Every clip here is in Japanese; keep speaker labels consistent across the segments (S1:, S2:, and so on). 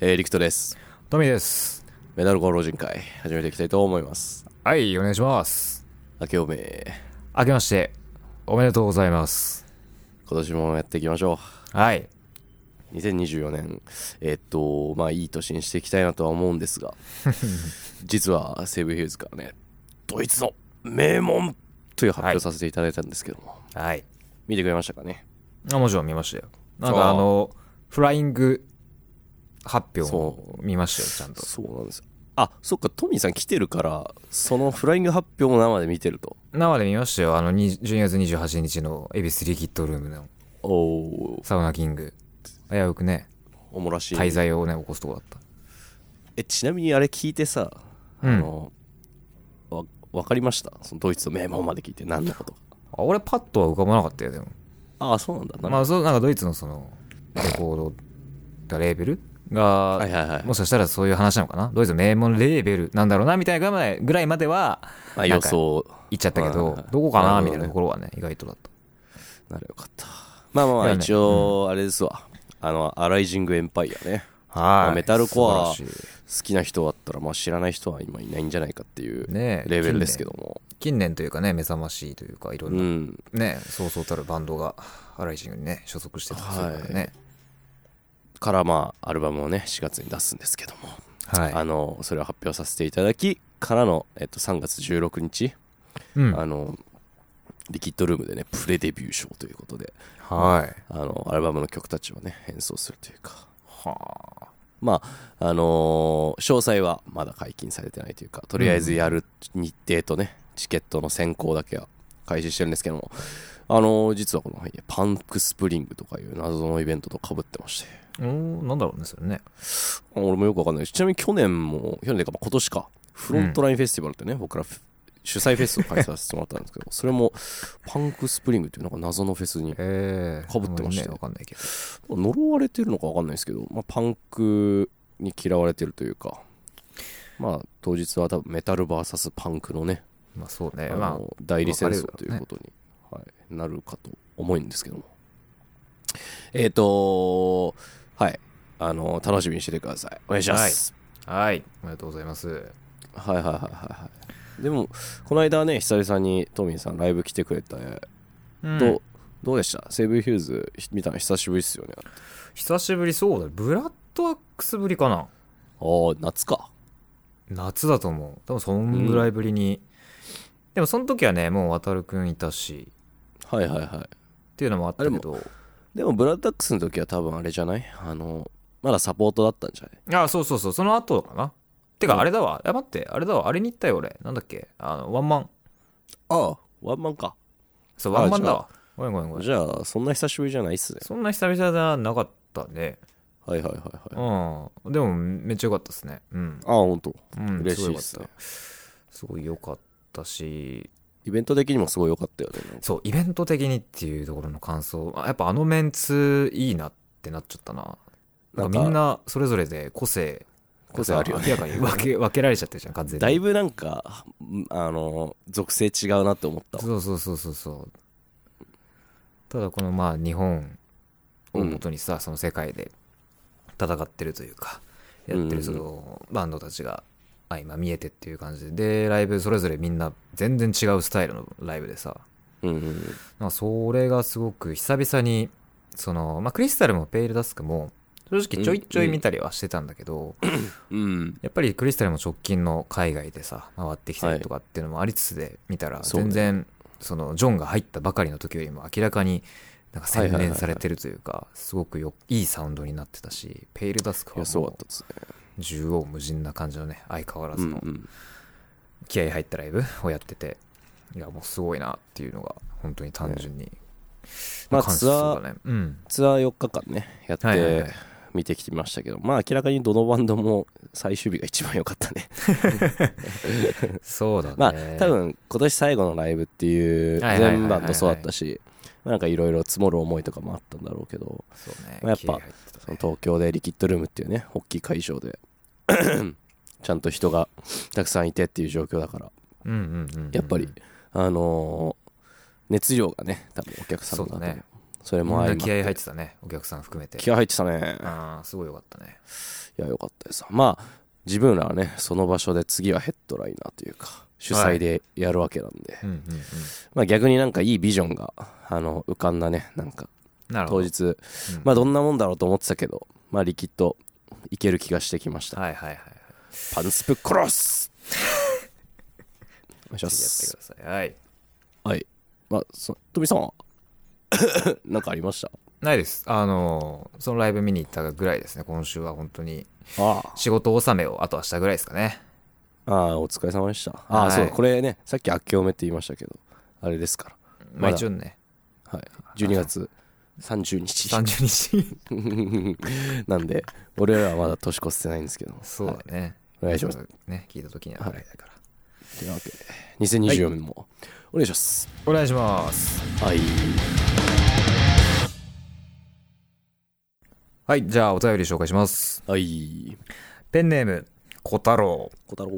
S1: えー、リクトです。
S2: トミーです。
S1: メダルコン老人会、始めていきたいと思います。
S2: はい、お願いします。
S1: 明けおめ、
S2: 明けまして、おめでとうございます。
S1: 今年もやっていきましょ
S2: はい。
S1: う。2024年、えっと、まあ、いい年にしていきたいなとは思うん ですが、実は西武ヒューズからね、ドイツの名門という発
S2: は
S1: 表
S2: い
S1: させていただいたんですけども、
S2: はい。
S1: 見てくれましたかね。
S2: あもちろん見ましたよ。なん
S1: あ
S2: か
S1: ー
S2: あの、フライング発表
S1: そ
S2: を見ましたよ、ちゃんと。
S1: そうなんですよ。あ、そっか、トミーさん来てるから、そのフライング発表も生で見てると。
S2: 生で見ましたよ。あの、に12月28日の恵比寿リキッドルームの
S1: おー、
S2: サウナキング。危うくね、
S1: おもらしい。
S2: 滞在をね、起こすとこだった。
S1: えちなみにあれ聞いてさ、
S2: うん
S1: あのわ分かりましたそのドイツの名門まで聞いて何のことか
S2: あ俺パッとは浮かばなかったよ、でも。
S1: ああそうなんだな、
S2: まあ、そう、なんかドイツのその、レコードだ、レーベル
S1: は
S2: が
S1: い、はいはい
S2: もしかしたらそういう話なのかなドイツの名門レーベルなんだろうなみたいなぐらいぐらいまでは
S1: まあ
S2: な
S1: 予
S2: んか
S1: 想
S2: 言っちゃったけ
S1: はいはい
S2: ど
S1: はい
S2: どこか
S1: な
S2: な
S1: るほど
S2: み
S1: ね
S2: たいなところはね意外とだった
S1: ならよかったまあまあまあ
S2: だよね
S1: 一応あれですわ、あのアライジングエンパイアねまあメタルコア
S2: 素晴らし
S1: 好きな人だったら、まあ、知らない人は今いないんじゃないかっていう
S2: いねえ
S1: レベルですけども、
S2: 近年近年というかね目覚ましいというかいろん
S1: う
S2: なんねそうそうたるバンドがアライジングにね所属してたりするからね
S1: からまあアルバムをね4月に出すんですけども、あ
S2: は
S1: のそれを発表させていただきからの、えっと、3月16日、
S2: いうん
S1: あのリキッドルームでねプレデビューショーということで
S2: はい
S1: あのアルバムの曲たちをね演奏するというか
S2: はあ
S1: まああのー詳細はまだ解禁されてないというかとりあえずやる日程とね、チケットの選考だけは開始してるんですけどもあのー実はこのはいパンクスプリングとかいう謎のイベントとかぶってまして
S2: おーなんだろうねそれね
S1: 俺もよくわかんないですちなみに去年も去年というかまあ今年かフロントラインフェスティバルってね、僕らフェ主催フェスを開催させてもらったんですけどそれもパンクスプリングっていうなんか謎のフェスに
S2: ええ
S1: 被ってましたよ
S2: ねわかんないけど
S1: 呪われてるのか分かんないですけど、まあ、パンクに嫌われてるというかまあ当日は多分メタル VS パンクのね、
S2: まあそう
S1: あ
S2: ね
S1: の
S2: まあ
S1: 代理戦争
S2: 分か
S1: と
S2: れ
S1: い
S2: るよね
S1: うことに、はい、なるかと思うんですけどもえっ、とはいあの楽しみにしててくださいお願いします、
S2: はいおめでとうございます
S1: はい、はいはいはいはいでもこの間ね久々にトミーさんライブ来てくれた
S2: うん
S1: どうどうでしたセーブヒューズ見たの久しぶりっすよね
S2: 久しぶりそうだねブラッドアックスぶりかな
S1: ああ夏か
S2: 夏だと思う多分そんぐらいぶりに、でもその時はねもう渡るくんいたし
S1: はいはいはい
S2: っていうのもあったけど
S1: でもブラッドアックスの時は多分あれじゃないあのまだサポートだったんじゃない
S2: あそうそうそうその後かなて
S1: うん
S2: かあれだわ、いや待ってあれだわあれに行ったよ俺なんだっけあのワンマン
S1: ああワンマンか
S2: そう
S1: あ
S2: ワンマンだわごめんごめんごめん
S1: じゃあそんな久しぶりじゃないっすね
S2: そんな久々じゃなかったね
S1: はいはいはいはいあ
S2: うんでもめっちゃ良かったですねうん、
S1: あ本当
S2: うん、
S1: 嬉しいっすね
S2: すごい良かったすごい良かったし
S1: イベント的にもすごい良かったよね
S2: そうイベント的にっていうところの感想あやっぱあのメンツいいなってなっちゃったななんかみんなそれぞれで個性
S1: 個性あるよね
S2: 明らかに分 け分けられちゃってるじゃん完全に
S1: だいぶなんかうんあの属性違うなって思ったわ
S2: そうそうそうそうそうただこのまあ日本をもとにさ、その世界で戦ってるというかやってるそのバンドたちがあ今見えてっていう感じででライブそれぞれみんな全然違うスタイルのライブでさ
S1: うんうん
S2: なんかそれがすごく久々にその、まあ、クリスタルもペイルダスクも正直ちょいちょい見たりはしてたんだけど、
S1: うん
S2: やっぱりクリスタルも直近の海外でさ回ってきたりとかっていうのもありつつで見たら
S1: そうね
S2: 全然そのジョンが入ったばかりの時よりも明らかになんか洗練されてるというかすごくよいいサウンドになってたしペイルダスク
S1: い
S2: は
S1: やそうだっ
S2: も
S1: たっすね
S2: う縦横無尽な感じのね相変わら
S1: う
S2: ず
S1: ん
S2: の
S1: うん
S2: 気合入ったライブをやってていやもうすごいなっていうのが本当に単純に
S1: まあ
S2: 感想だねうん
S1: ツアー4日間ねやっ
S2: はいはい
S1: て
S2: はい
S1: 見てきてましたけどまあ明らかにどのバンドも最終日が一番良かったね
S2: そうだね
S1: まあ多分今年最後のライブっていう
S2: はいはいはいはい
S1: 全バンドそうだったしまあなんかいろいろ積もる思いとかもあったんだろうけど
S2: そうね
S1: まあやっぱ
S2: 気合入って
S1: そ
S2: た
S1: の
S2: ね
S1: 東京でリキッドルームっていうね大きい会場で ちゃんと人がたくさんいてっていう状況だから
S2: うんうんうんうん
S1: やっぱりあのー熱量がね多分お客さんの中で
S2: そうだね
S1: それ
S2: みん
S1: も相ま
S2: な
S1: って
S2: 気合入ってたねお客さん含めて
S1: 気合入ってたね
S2: ああすごいよかったね
S1: いやよかったですまあ自分らはねその場所で次はヘッドライナーというか主催でやるわけなんで、
S2: うんうんうん
S1: まあ、逆になんかいいビジョンがあの浮かんだねなんか
S2: なる
S1: 当
S2: ほど
S1: 日、まあどんなもんだろうと思ってたけどまあリキッドいける気がしてきました、
S2: はいはいはい
S1: パンスプクロ スお願いしま
S2: 次やって
S1: す
S2: くださいはい
S1: はい。まあ、そ、富さんは なんかありました
S2: ないですあのーそのライブ見に行ったぐらいですね今週は本当に
S1: あ
S2: 仕事納めをあと明日ぐらいですかね
S1: あ。ああ、お疲れ様でした。ああ、
S2: はい
S1: そうだ、これね、さっき明けおめって言いましたけど、あれですから。
S2: ま
S1: ま
S2: あ
S1: だ
S2: 一応ね
S1: はい。12月30日。
S2: 30 日
S1: なんで、俺らはまだ年越してないんですけども。
S2: そう
S1: はい
S2: だね
S1: お願いします。
S2: ね聞いた時にはぐらいだから
S1: というわけで、2024年も、お願いします。
S2: お願いします
S1: はい。
S2: はいじゃあお便り紹介します
S1: はい。
S2: ペンネーム小太郎
S1: 小太郎。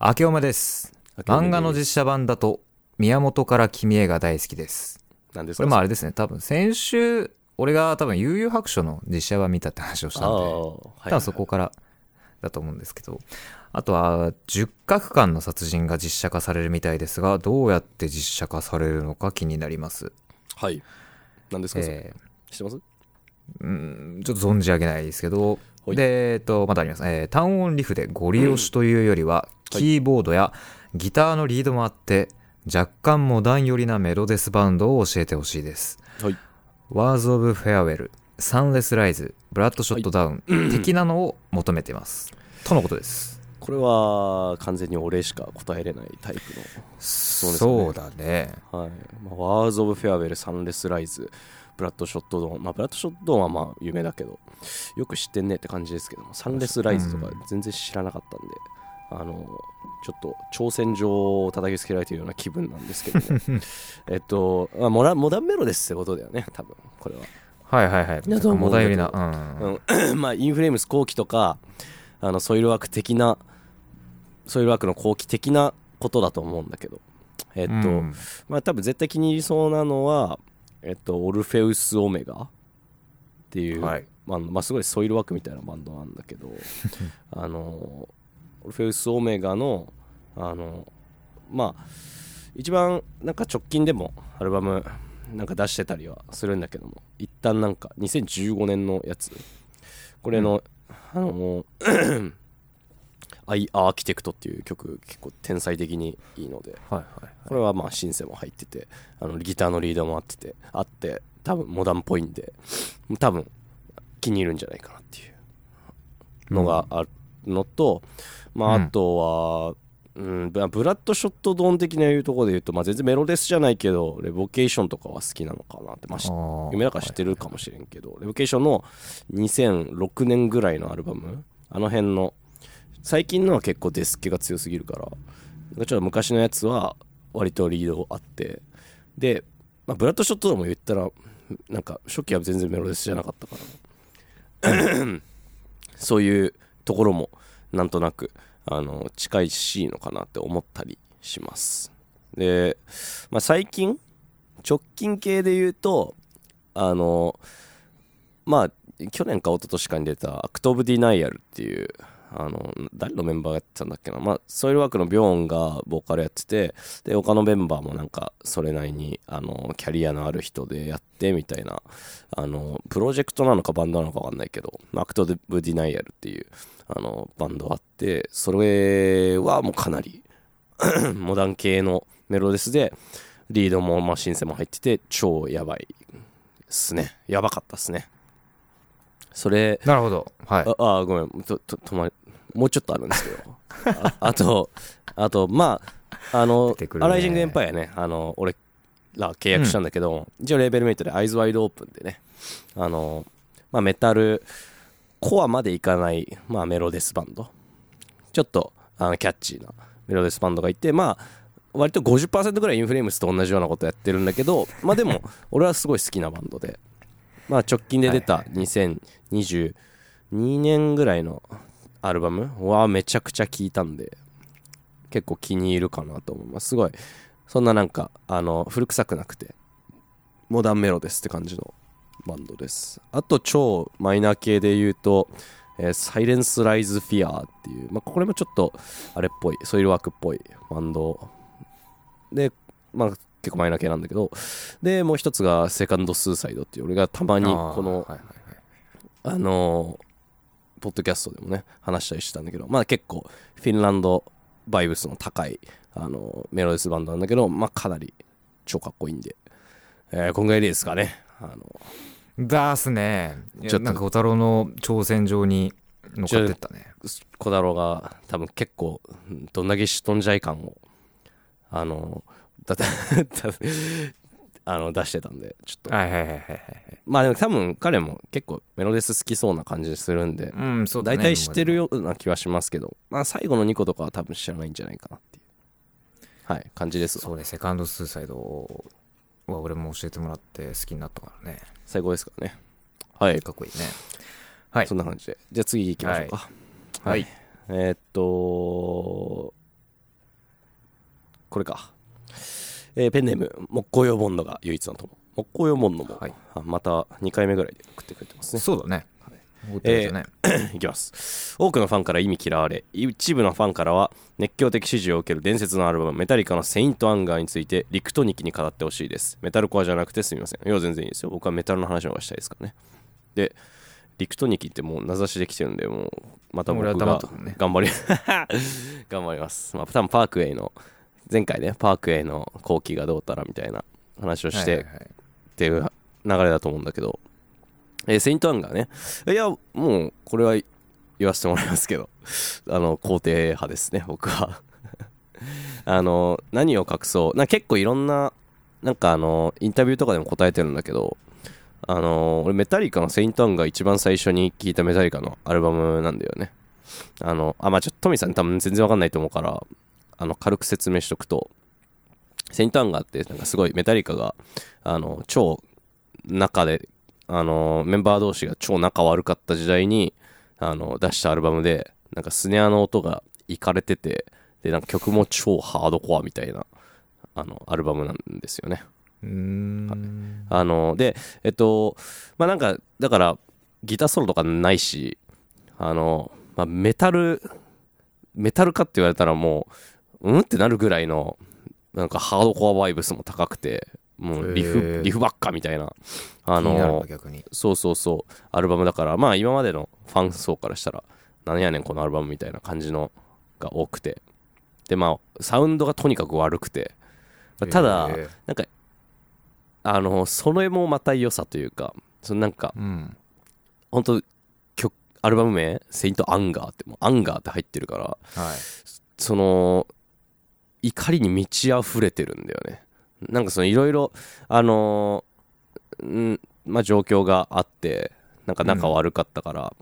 S2: 明けおめです
S1: 明けおめです
S2: 漫画の実写版だと宮本から君へが大好きです
S1: なんです
S2: こ
S1: か
S2: れまああれですね多分先週俺が多分悠々白書の実写版見たって話をした
S1: ああ、
S2: んで
S1: はい
S2: 多分そこからだと思うんですけどあとは10画間の殺人が実写化されるみたいですがどうやって実写化されるのか気になります、
S1: はい。なんですか、それ
S2: え
S1: 知ってます
S2: ーうんちょっと存じ上げないですけど
S1: はい
S2: で、えっと、まだあります、えー単音リフでゴリ押しというよりは、
S1: はい
S2: キーボードやギターのリードもあって若干モダン寄りなメロデスバンドを教えてほしいです
S1: はい。
S2: ワーズ・オブ・フェアウェルサンレス・ライズブラッド・ショット・ダウン、的なのを求めていますとのことです
S1: これは完全に俺しか答えれないタイプ
S2: そう
S1: ですよね
S2: だね。
S1: の、はいまあ、ワーズ・オブ・フェアウェル、サンレス・ライズ、ブラッド・ショット・ドーン、まあ、ブラッド・ショット・ドーンはまあ有名だけど、よく知ってんねって感じですけども、サンレス・ライズとか全然知らなかったんで、あのちょっと挑戦状を叩きつけられているような気分なんですけ ども、えっと、まあ、モラモダンメロですってことだよね、多分これは。
S2: はいはいはい。
S1: いやどうも
S2: モダン寄りな。うん。
S1: うん まあ、インフレームス後期とかあのソイルワーク的なソイルワークの後期的なことだと思うんだけどえっと、
S2: うん
S1: まあ多分絶対気に入りそうなのはえっとオルフェウス・オメガっていう、
S2: はい
S1: まあまあ、すごいソイルワークみたいなバンドなんだけ どあのオルフェウス・オメガのあのまあ一番なんか直近でもアルバムなんか出してたりはするんだけども一旦なんか2015年のやつこれの、あ の I アーキテクトっていう曲結構天才的にいいので
S2: はいはい。
S1: これはまあシンセも入っててあのギターのリードもあっててあって多分モダンっぽいんで多分気に入るんじゃないかなっていうのがあるのと、まあ
S2: うん
S1: あとは、うん、ブブラッドショットドーン的ないうところで言うと、まあ、全然メロデスじゃないけどレボケーションとかは好きなのかなって、まあ、し
S2: あー
S1: 夢だから知ってるかもしれんけど、レボケーションの2006年ぐらいのアルバムあの辺の最近のは結構デスケが強すぎるからちょっと昔のやつは割とリードあってで、まあ、ブラッドショットドーンも言ったらなんか初期は全然メロデスじゃなかったから そういうところもなんとなくあの近いしいのかなって思ったりしますで、まあ、最近直近系で言うとあのまあ去年か一昨年かに出た「アクト・オブ・ディナイアル」っていうあの誰のメンバーがやってたんだっけな、まあ、ソイルワークのビョーンがボーカルやっててで他のメンバーもなんかそれなりにあのキャリアのある人でやってみたいなあのプロジェクトなのかバンドなのかわかんないけどまあアクト・オブ・ディナイアルっていうあのバンドあってそれはもうかなり モダン系のメロデスでリードもまあシンセも入ってて超やばいっすねやばかったっすねそれ
S2: なるほど。はい。
S1: ああごめんとと止まれもうちょっとあるんですけ どああとあとまああの、
S2: 出てくるね
S1: アライジングエンパイアねあの俺ら契約したんだけど、一応レーベルメイトでアイズワイドオープンでねあの、まあ、メタルコアまでいかない、まあ、メロデスバンドちょっとあのキャッチーなメロデスバンドがいてまあ割と50%ぐらいインフレームスと同じようなことやってるんだけどまあでも 俺はすごい好きなバンドでまあ直近で出た2022年ぐらいのアルバムはめちゃくちゃ聴いたんで結構気に入るかなと思いますすごいそんななんかあの古臭くなくてモダンメロですって感じのバンドですあと超マイナー系で言うと「えーサイレンス・ライズ・フィアー」っていう、まあ、これもちょっとあれっぽいソイルワークっぽいバンドでまあ結構マイナー系なんだけどでもう一つが「セカンド・スーサイド」っていう俺がたまにこの
S2: あーはいはい
S1: あのーポッドキャストでもね話したりしてたんだけどまあ結構フィンランドバイブスの高い、あのーメロディスバンドなんだけどまあかなり超かっこいいんで、えーこんぐらいでいいですかねあの
S2: だーすねいや
S1: ちょっと
S2: なんか小太郎の挑戦状に乗っかってったね
S1: 小太郎が多分結構うんどんだけしとんじゃい感をあのーだだあの出してたんでちょっと
S2: はいはいはいはいはい
S1: まあでも多分彼も結構メロディス好きそうな感じするんで
S2: うんそうだ、ね、
S1: 大体知ってるような気はしますけど、まあ、最後の2個とかは多分知らないんじゃないかなっていう、はい、感じですわ
S2: そうねセカンドスーサイドは俺も教えてもらって好きになったからね
S1: 最高ですからねはい、
S2: かっこいいねはい
S1: そんな感じでじゃあ次行きましょうか
S2: はいはい
S1: えーっとこれか、えーペンネーム木工用ボンドが唯一の友木工用ボンドも、
S2: はい
S1: あまた2回目ぐらいで送ってくれてますね
S2: そうだね、怒ってましたね
S1: いきます多くのファンから意味嫌われ一部のファンからは熱狂的支持を受ける伝説のアルバム「メタリカのセイント・アンガー」についてリクトニキに語ってほしいですメタルコアじゃなくてすみませんいや全然いいですよ僕はメタルの話の方がしたいですからねでリクトニキってもう名指しできてるんでもうまた僕
S2: 俺
S1: が
S2: は黙っとくね
S1: 頑張り 頑張りますまあ多分パークウェイの前回ねパークウェイの後期がどうたらみたいな話をして、
S2: はいはいはい
S1: っていう流れだと思うんだけど、えーセイントアンガーね。いや、もう、これは言わせてもらいますけど、 あの、肯定派ですね、僕は。 あの、何を隠そう。な結構いろんな、なんかあの、インタビューとかでも答えてるんだけど、あの、俺、メタリカのセイントアンガー一番最初に聞いたメタリカのアルバムなんだよね。あの、あ、まあちょっとトミーさん多分全然わかんないと思うから、あの、軽く説明しとくと、セイントアンガーって、なんかすごいメタリカが、あの、超中で、あの、メンバー同士が超仲悪かった時代に、あの、出したアルバムで、なんかスネアの音がいかれてて、で、なんか曲も超ハードコアみたいな、あの、アルバムなんですよね。
S2: うーん
S1: あの、で、えっと、まあ、なんか、だから、ギターソロとかないし、あの、まあ、メタル、メタルかって言われたらもう、うんってなるぐらいの、なんかハードコアバイブスも高くて、もうリ
S2: へ
S1: フ
S2: ー、
S1: リフばっかみたいな、あ
S2: 気になるん
S1: の
S2: だ、逆に
S1: そうそうそう、アルバムだから、まあ今までのファン層からしたら、なんやねんこのアルバムみたいな感じのが多くて。で、まあ、サウンドがとにかく悪くて。ただ、
S2: え
S1: なんか、あの、それもまた良さというか、そのなんか
S2: ー、うん
S1: 本当曲、アルバム名、セイント・アンガーって、もうアンガーって入ってるから、
S2: はい
S1: その怒りに満ち溢れてるんだよねなんかそのいろいろあのーうんまあ状況があってなんか仲悪かったから、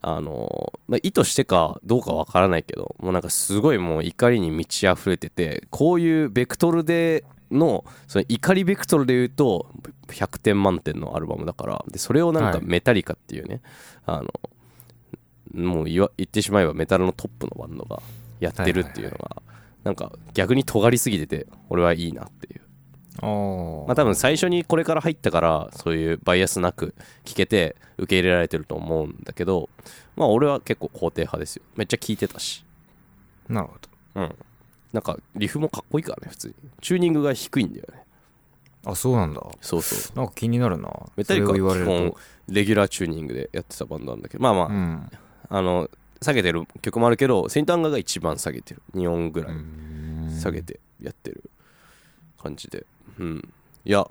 S1: あのーまあ、意図してかどうかわからないけどもうなんかすごいもう怒りに満ち溢れててこういうベクトルでのその怒りベクトルで言うと100点満点のアルバムだからでそれをなんか
S2: はい
S1: メタリカっていうね、あのもう言わ言ってしまえばメタルのトップのバンドがやってるっていうのが、なんか逆に尖りすぎてて、俺はいいなっていう。
S2: お
S1: まあ多分最初にこれから入ったから、そういうバイアスなく聞けて受け入れられてると思うんだけど、まあ俺は結構肯定派ですよ。めっちゃ聞いてたし。
S2: なるほど
S1: うん。なんかリフもかっこいいからね、普通に。チューニングが低いんだよね。
S2: あそうなんだ
S1: そうそう。
S2: なんか気になるな
S1: メタリカ
S2: そ
S1: は
S2: れ
S1: 基
S2: を言われる
S1: 本
S2: と、
S1: レギュラーチューニングでやってたバンドなんだけど、まあまあ、
S2: うん
S1: あの、下げてる曲もあるけど、セイントアンガーが一番下げてる。2音ぐらい。下げてやってる感じでうんいや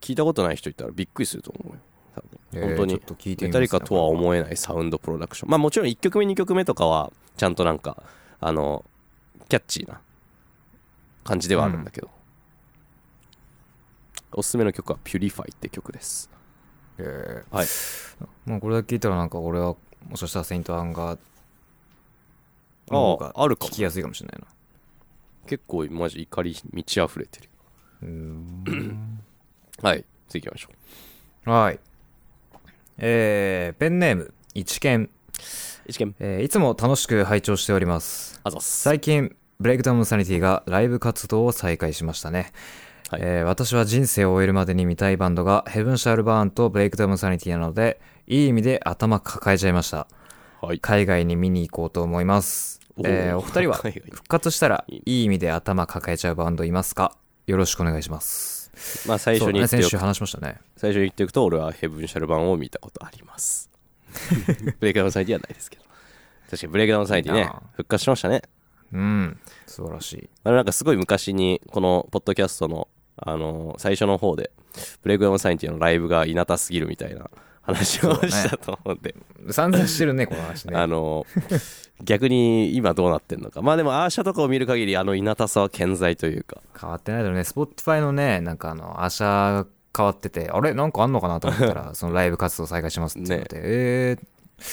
S1: 聞いたことない人いたらびっくりすると思うよ多分
S2: えー
S1: 本当に
S2: ちょっと聞いて
S1: メ
S2: み
S1: タ
S2: ます
S1: リカとは思えないサウンドプロダクションまあもちろん1曲目2曲目とかはちゃんとなんかあのキャッチーな感じではあるんだけど、おすすめの曲は「ピュリファイ」って曲です
S2: えー
S1: はい
S2: まあこれだけ聞いたらなんか俺はもしかしたらセイントアンガーの方
S1: あ
S2: が
S1: ああるか
S2: 聞
S1: も
S2: きやすいかもしれないな
S1: 結構マジ怒り満ち溢れてるはい次行きましょ
S2: はい。えー、ペンネーム、一見、
S1: う一見
S2: えーいつも楽しく拝聴しております。
S1: あざっす
S2: 最近、ブレイクダウンサニティがライブ活動を再開しましたね。
S1: はい
S2: えー私は人生を終えるまでに見たいバンドがヘブンシャールバーンとブレイクダウンサニティなので、いい意味で頭抱えちゃいました。
S1: はい。
S2: 海外に見に行こうと思います。
S1: おー
S2: えーお二人は
S1: 海外
S2: 復活したら
S1: いいね
S2: いい意味で頭抱えちゃうバンドいますかよろしくお願いします。
S1: まあ最初に
S2: そう
S1: 言
S2: ね、
S1: ってお
S2: 先
S1: く
S2: 週話しましたね。
S1: 最初に言っておくと俺はヘブンシャル版を見たことあります ブレイクダウンサイティはないですけど確かにブレイクダウンサイティ
S2: いい
S1: ね
S2: な
S1: 復活しましたね
S2: うん。素晴らしい。
S1: あれなんかすごい昔にこのポッドキャストのあのー最初の方でブレイクダウンサイティのライブが稲田すぎるみたいな話を
S2: そうだね
S1: したと思うんで、
S2: 散々してる ね、この話ね。
S1: あのー逆に今どうなってんのかまあでもアーシャとかを見る限りあの稲田さは健在というか
S2: 変わってないだろうね。Spotify のね、なんかあの、アシャー変わってて、あれなんかあんのかなと思っ たら、そのライブ活動再開しますって言われて、えー、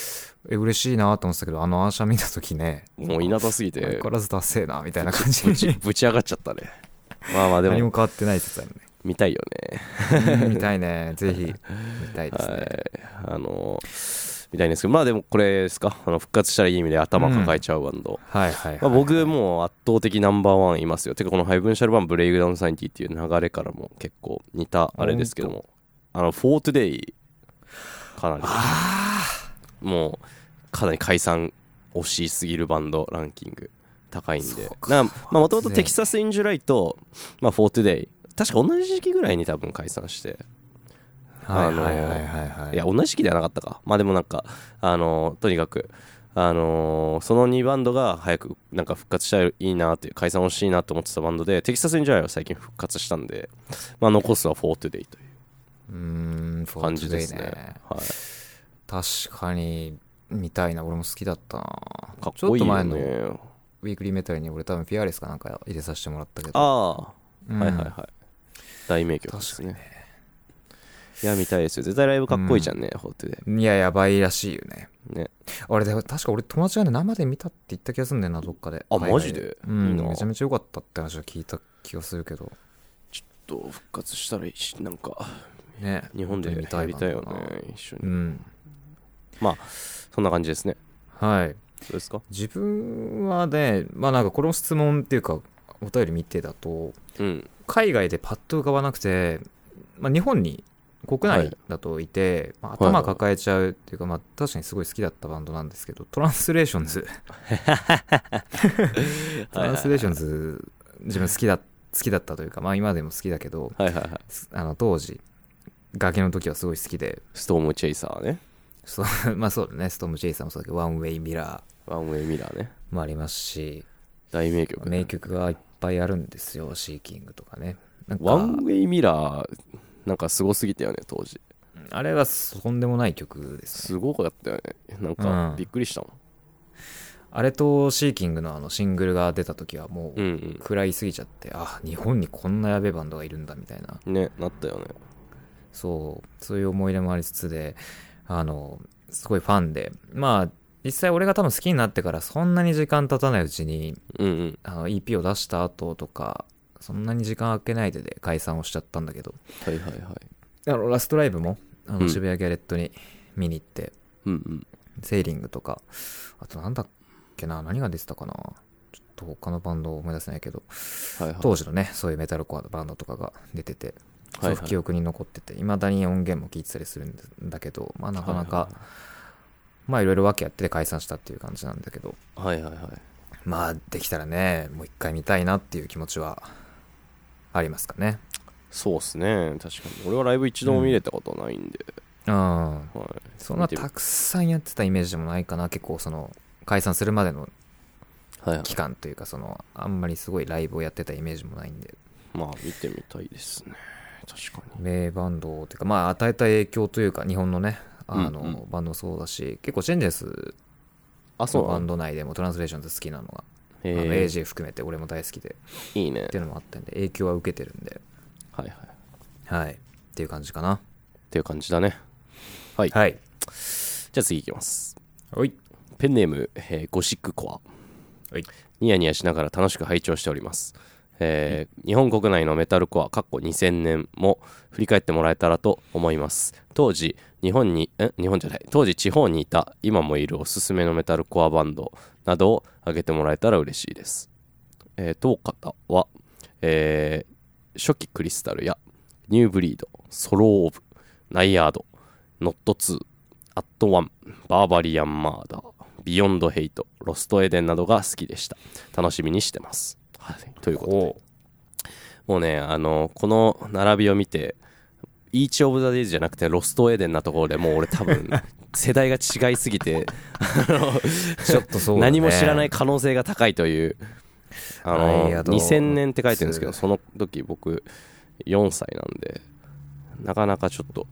S2: え、嬉しいなと思ってたけど、あのアーシャ見たときね、
S1: もう稲田すぎ
S2: 相
S1: て
S2: 変わらずダセえな、みたいな 感
S1: ぶ
S2: じ
S1: ち
S2: に。
S1: ぶち上がっちゃったねまあまあで
S2: 何
S1: も
S2: も変わってない説あるね
S1: 見たいよね
S2: うん。見たいね。ぜひ、見たいですね。
S1: はい、あのみたいんですけどまあでもこれですかあの復活したらいい意味で頭抱えちゃうバンド、
S2: はいはい、
S1: ま
S2: は
S1: あ、
S2: い。
S1: 僕もう圧倒的ナンバーワンいますよてかこの「ハイブンシャルバンブレイクダウンサインティ」っていう流れからも結構似たあれですけどもあの「フォートゥデイ」かなりもうかなり解散惜しすぎるバンドランキング高いんでもともとテキサス・インジュライと「まあ、フォートゥデイ」確か同じ時期ぐらいに多分解散して
S2: はいはいはいはいはい。
S1: いや同じ時期ではなかったかまあでもなんかあのーとにかくあのーその2バンドが早くなんか復活したらいいなっていう解散欲しいなと思ってたバンドでテキサス・インジャイは最近復活したんで、まあ、残すはフォートゥデイという
S2: ーん、
S1: う
S2: フォ
S1: 感
S2: ー
S1: じ
S2: ト
S1: で
S2: デイ
S1: すね
S2: ね。
S1: はい、
S2: 確かに、見たいな。俺も好きだったな。
S1: かっこいい
S2: ちょっと
S1: よ
S2: 前の
S1: ね
S2: ウィークリーメタルに俺多分フィアレスかなんか入れさせてもらったけど。
S1: ああ、
S2: うん
S1: はいはいはい大名曲ですねいや見たいですよ絶対ライブかっこいいじゃんね、フォートゥデ
S2: いや、やばいらしいよね。
S1: イね
S2: あれ、でも確か俺友達がね、生で見たって言った気がするんだよな、どっかで。
S1: あ
S2: 海外
S1: マジで
S2: う
S1: いい
S2: ん、
S1: な
S2: めちゃめちゃ良かったって話を聞いた気がするけど。
S1: どう復活したらいいしなんか
S2: ね。
S1: 日本で
S2: 見た
S1: や
S2: い
S1: り
S2: な
S1: たいよね一緒
S2: う
S1: に
S2: ん。
S1: そんな感じですね
S2: はい。
S1: そうですか
S2: 自分はね、まあなんかこの質問っていうか、お便り見てだと、
S1: うん
S2: 海外でパッと浮かばなくて、まあ、日本に国内だといて、まあ、
S1: はいはい
S2: 頭抱えちゃうっていうか、まあ、確かにすごい好きだったバンドなんですけどトランスレーショ ンズトランスレーションズ自分好きだ好きだったというか、まあ、今でも好きだけど
S1: はいはいはい。
S2: すあの当時崖の時はすごい好きで
S1: ストームチェイサーね。
S2: そうまあそうだねストーム・ジェイさんもそうだけどワンウェイ・ミラ
S1: ワンウェイミラーね。
S2: ーもありますし
S1: 大名曲。
S2: 名曲がいっぱいあるんですよシーキングとかねなんか
S1: ワンウェイミラー、なんかすごすぎたよね、当時。
S2: あれはとんでもない曲です
S1: す
S2: ね
S1: ごかったよね。なんか
S2: う、ん
S1: びっくりしたもん。
S2: あれとシーキングのあのシングルが出た時はも
S1: う
S2: うん食らいすぎちゃって、あ日本にこんなやべえバンドがいるんだみたいな
S1: うん。ね、なったよね。
S2: そうそういう思い出もありつつであのすごいファンでまあ実際俺が多分好きになってからそんなに時間経たないうちに
S1: うんうん。
S2: あの EP を出した後とかそんなに時間空けないでで解散をしちゃったんだけど
S1: はいはいはい。
S2: あのラストライブもあ
S1: う
S2: の
S1: ん
S2: 渋谷ギャレットに見に行って、
S1: うんうん。
S2: セーリングとか、あとなんだっけな、何が出てたかな。ちょっと他のバンドを思い出せないけど、
S1: はいはい。
S2: 当時のね、そういうメタルコアのバンドとかが出てて、すごく記憶に残ってて、いまだに音源も聞いてたりするんだけど、まあなかなか、まあいろいろ訳やってて解散したっていう感じなんだけど、
S1: はいはいはい。
S2: まあできたらね、もう一回見たいなっていう気持ちはありますかね。
S1: そうっすね。確かに。俺はライブ一度も見れたことないんで。
S2: うん。
S1: はい。
S2: そんなたくさんやってたイメージでもないかな、結構その、解散するまでの
S1: はいはい
S2: 期。間というか、その、あんまりすごいライブをやってたイメージもないんで、
S1: まあ、見てみたいですね。確かに。
S2: 名バンドというか、まあ、与えた影響というか、日本のね、あの、
S1: うんうん
S2: バンドもそうだし、結構、チェンジェス
S1: あ、そ
S2: の
S1: うな
S2: バン
S1: んだ。
S2: ド内でもトランスレーションズ好きなのが、あの
S1: え
S2: AJ 含めて俺も大好きで、
S1: え、いいね
S2: って。いうのもあったんで、影響は受けてるんで、
S1: はいはい。っ
S2: はい、っていう感じかな。
S1: ていう感じだね。はい。じゃ
S2: はい。
S1: あ次いきます。
S2: はい。
S1: ペンネーム、えーゴシックコア、
S2: はい
S1: ニヤニヤしながら楽しく拝聴しております、えー日本国内のメタルコアかっこ2000年も振り返ってもらえたらと思います当時日本にえ日本じゃない当時地方にいた今もいるおすすめのメタルコアバンドなどを挙げてもらえたら嬉しいですえー当方は、えー初期クリスタルやニューブリード、ソロオーブ、ナイアード、ノット2、アットワン、バーバリアンマーダー、ビヨンドヘイト、ロストエデンなどが好きでした。楽しみにしてます。はい、ということで。もうね、あの、この並びを見て、イーチ・オブ・ザ・デイズじゃなくて、ロスト・エデンなところでもう俺多 分、世代が違いすぎて、あの
S2: ちょっとそうだね
S1: 何も知らない可能性が高いという、あ
S2: あ
S1: の、
S2: りがとう
S1: 2000年って書いてるんですけど、
S2: す
S1: その時僕、4歳なんで、なかなかちょっと、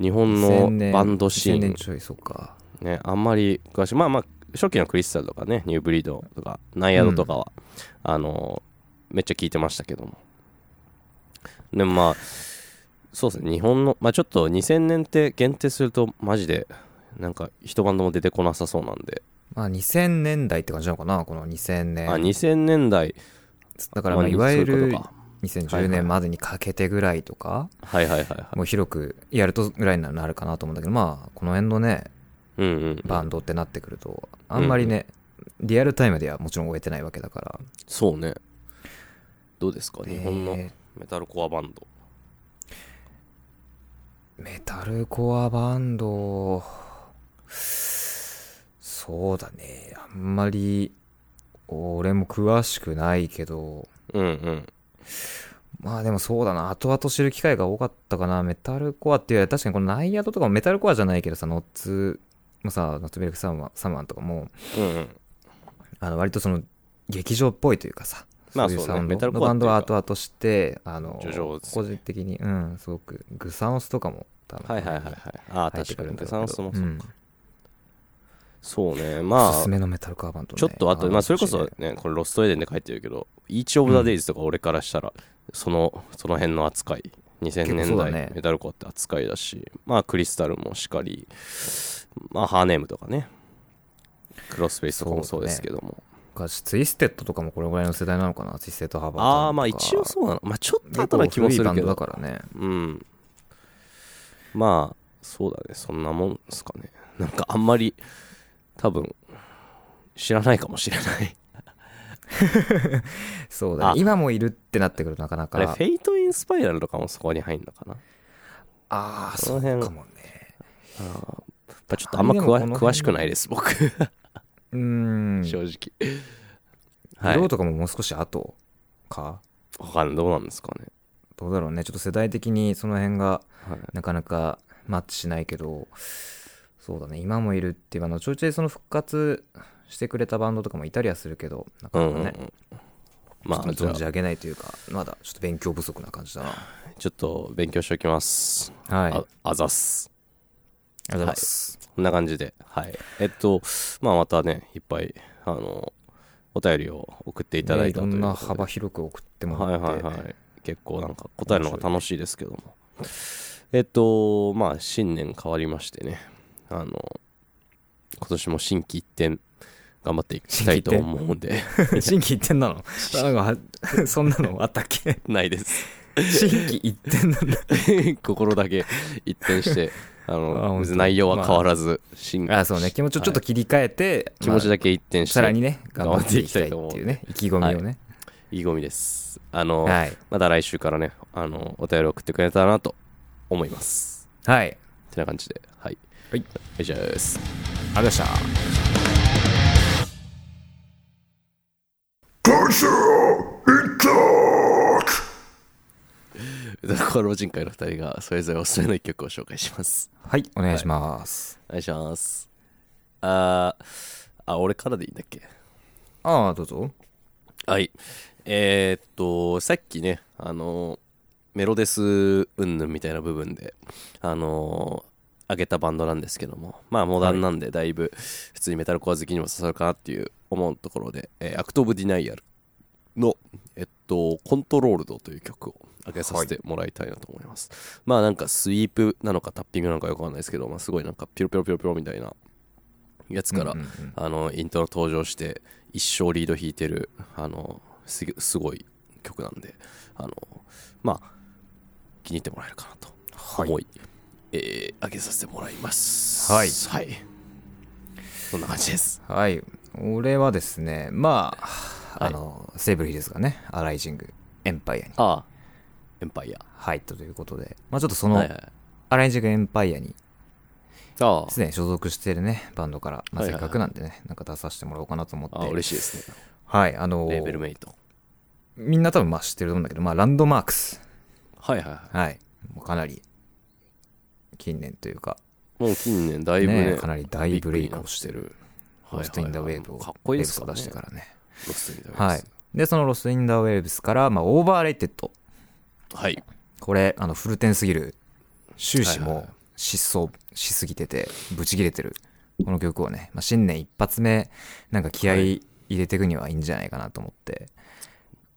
S1: 日本の
S2: 2000年
S1: バンドシ
S2: 2000
S1: ーン
S2: 年、ちょいそうか
S1: ね、あんまり詳しいまあまあ初期のクリスタルとかねニューブリードとかナイアドとかは、あのめっちゃ聞いてましたけどもでもまあそうですね日本のまあちょっと2000年って限定するとマジでなんか一晩でも出てこなさそうなんで、
S2: まあ2000年代って感じなのかなこの2000年
S1: あ2000年代
S2: だからまあ
S1: まあ
S2: いわゆ
S1: そういう
S2: る
S1: ことか
S2: 2010年までにかけてぐらいとか
S1: はいはいはいはい
S2: もう広くやるとぐらいになるかなと思うんだけどまあこの辺のね
S1: うんうん
S2: バンドってなってくるとあんまりねリアルタイムではもちろん終えてないわけだから
S1: そうねどうですか日本の
S2: え
S1: メタルコアバンド、
S2: ーメタルコアバンドそうだねあんまり俺も詳しくないけど
S1: うんうん
S2: まあでもそうだな後々知る機会が多かったかなメタルコアっていうよりは確かにこのナイアドとかもメタルコアじゃないけどさノッツもさノッツミルクサマンサマンとかも
S1: うんうん
S2: あの割とその劇場っぽいというかさ、
S1: まあ
S2: い
S1: そうね
S2: サウンド
S1: メタルコア
S2: のバンドは
S1: っていう
S2: 後々して、あの、
S1: 叙情です
S2: 個人的に、うん、すごく、グサオスとかも、多分
S1: はいはいはいはいああ
S2: 入っ
S1: 確
S2: てく
S1: か
S2: るん
S1: に
S2: だろうけど
S1: デサンスも
S2: う
S1: そうか、
S2: ん
S1: そうねまあ
S2: おすすめのメタルカーバンドね、
S1: ちょっとあと、まあ、それこそ
S2: るし
S1: ね、これ、ロストエデンで書いてるけど、イーチ・オブ・ザ・デイズとか俺からしたら、その、その辺の扱い、2000
S2: 結構
S1: 年
S2: そうだ
S1: 代、
S2: ね
S1: メタルコアって扱いだし、まあ、クリスタルもしかり、まあ、ハーネームとかね、クロスフェイスとかもそうですけども。
S2: 昔ツイステッドとかもこれぐらいの世代なのかな、ツイステッドハーバーとか。
S1: ああ、まあ、一応そうなの。まあ、ちょっと後
S2: 結構古
S1: ない気もするけ
S2: バンドだ
S1: ど、
S2: からね。
S1: うん。まあ、そうだね、そんなもんですかね。なんか、あんまり、多分、知らないかもしれない。
S2: そうだね
S1: あ。
S2: 今もいるってなってくるとなかな
S1: あれ、フ
S2: か。
S1: ェイト・イン・スパイラルとかもそこに入るのかな。
S2: ああ、
S1: そ
S2: そ
S1: の
S2: う
S1: 辺
S2: かもね。
S1: あーまあちょっとあんま
S2: でもこ
S1: 詳
S2: の辺
S1: 詳しくないです僕
S2: うーん。
S1: 正
S2: 色
S1: 直はい
S2: とかももう少し後か。
S1: わかんないどうなんですかね、
S2: どうだろうね。ちょっと世代的にその辺が
S1: はい、
S2: なかなかマッチしないけど、そうだね、今もいるっていうあの、ちょいちょいその復活してくれたバンドとかもいたりはするけど、な
S1: う
S2: か
S1: ん
S2: な
S1: う
S2: か
S1: んうん
S2: ね、
S1: ま
S2: ちょ
S1: あ
S2: っ
S1: じ
S2: と
S1: ゃあ
S2: 存じ上げないというか、まだちょっと勉強不足な感じだな。
S1: ちょっと勉強しておきます、
S2: はい。
S1: ああざっす
S2: りがとうございます。
S1: こんな感じではいえっとまあまたねいっぱいあのお便りを送っていただいたと
S2: ね
S1: い
S2: いろ
S1: うん
S2: な
S1: ことで
S2: 幅広く送っても
S1: はい
S2: らって、
S1: はいはい結構なんか答えるのが楽しいですけどもえっとまあ新年変わりましてねあの今年も心機一転頑張っていきたいと思うんで
S2: 新規一 点なのなんかは そんなのあったっけ
S1: ないです
S2: 新規一点なんだ。
S1: 心だけ一転 してあ
S2: あ本
S1: の
S2: 当
S1: 別に内容は変わらず、新
S2: あそうね、気持ちをちょっと切り替えて、
S1: 気持ちだけ一転
S2: け
S1: して、
S2: さらにね、頑張っていきたいっていうね、意気込みをね。
S1: 意気込みですあの、
S2: はい。
S1: また来週からねあのお便り送ってくれたらなと思います
S2: はい。
S1: てな感じではい
S2: はい
S1: 以上です
S2: ありがとうございました。
S1: 歌の老人会の2人がそれぞれおすすめの一曲を紹介します。
S2: はい、お願いします。
S1: お願いします。あーあ、俺からでいいんだっけ
S2: ああ、どうぞ。
S1: はい。えーっと、さっきね、あの、メロデスうんぬんみたいな部分で、あの、上げたバンドなんですけども、まあ、モダンなんで、だいぶ、普通にメタルコア好きにも刺さるかなっていう思うところで、えーアクト・オブ・ディナイアルの、えっと、コントロールドという曲を上げさせてもらいたいなと思います。まあ、なんか、スイープなのかタッピングなのかよくわかんないですけど、まあ、すごいなんか、ピロピロピロピロみたいなやつから、
S2: うんうんうん
S1: あのイントロ登場して一生リード弾いてるあのすすごい曲なんであのまあ気に入ってもらえるかなと
S2: はい
S1: 思い、えー、上げさせてもらいます
S2: はい
S1: はいそんな感じです
S2: はい。俺はですね、まあ、
S1: はい
S2: あのセーブルヒルズがねアライジングエンパイアに
S1: ああ、エンパイア。
S2: 入ったということで、まあ、ちょっとそ
S1: こ
S2: の、
S1: はいはい、
S2: アライジングエンパイアに
S1: あ
S2: すでに所属しているねバンドから、まあ、
S1: はい
S2: せ
S1: はい
S2: っ
S1: はい
S2: かくなんでね、なんか出させてもらおうかなと思って
S1: あ、ああ嬉しいですね。
S2: はいあの
S1: レーベルメイト。
S2: みんな多分まあ知ってると思うんだけど、まあ、ランドマークス
S1: はいはいは
S2: はいもうかなり近年というか
S1: い。もう近年だいぶね、
S2: ねかなり大ブレイクをして
S1: は
S2: る
S1: いはいはい、
S2: ロスト・イン・ダ・ウェーブを
S1: かっこいいです
S2: ウェ
S1: か
S2: ーブ
S1: ら
S2: ス
S1: ね。
S2: を出してからね
S1: ロスト・イン・ダ・ウェーブ。
S2: はい。でそのロスト・イン・ダ・ウェーブスから、まあ、オーバーレイテッド
S1: はい。
S2: これあのフルテンすぎる終始
S1: はいはい
S2: も
S1: は
S2: う失踪しすぎててブチ切れてるこの曲をね、まあ、新年一発目なんか気合い入れていくにはいいんじゃないかなと思って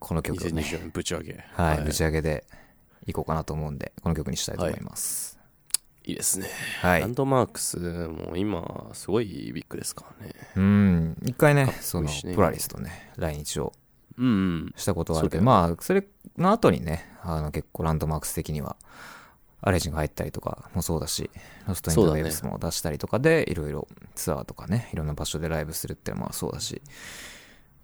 S2: この曲をね
S1: 2020年ぶち上げ。
S2: はいぶち上げでいこうかなと思うんでこの曲にしたいと思います
S1: いいですね。
S2: はい、
S1: ランドマークス、もう今、すごいビッグですからね。
S2: うん一回ねその
S1: しね
S2: プラリスとね来日を
S1: うん、うん。
S2: したことはあるけど
S1: そう
S2: まあそれの後にねあの結構ランドマークス的にはアレジンが入ったりとかもそうだしロスト・イン・ザ・ウ
S1: そうだ
S2: ェ
S1: ね
S2: ーブスも出したりとかでいろいろツアーとかねいろんな場所でライブするっていうのもそうだし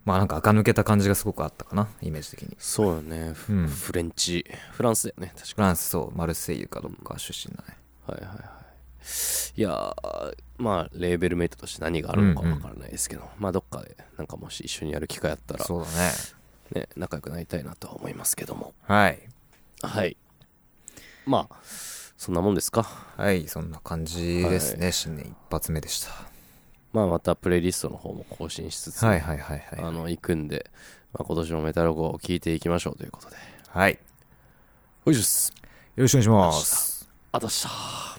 S2: まあなんか垢抜けた感じがすごくあったかなイメージ的に
S1: そうよね、フ
S2: うん
S1: フレンチ。フランスだよね、確
S2: フ
S1: か。
S2: ランスそうマルセイユかどっか出身だね
S1: はいはいはい。いやー、まあ、レーベルメイトとして何があるのかわからないですけど、まあ、どっかで、なんかもし一緒にやる機会あったら、
S2: そうだね
S1: ね、仲良くなりたいなとは思いますけども。
S2: はい
S1: はい。まあ、そんなもんですか。
S2: はいそんな感じですね、新年一発目でした
S1: まあ、またプレイリストの方も更新しつつ、
S2: はいはいはいは
S1: あ
S2: い
S1: の、行くんで、まあ、今年もメタロゴを聞いていきましょうということで。
S2: はいよ
S1: おいしょっす。
S2: ろしくお願いします
S1: あたした。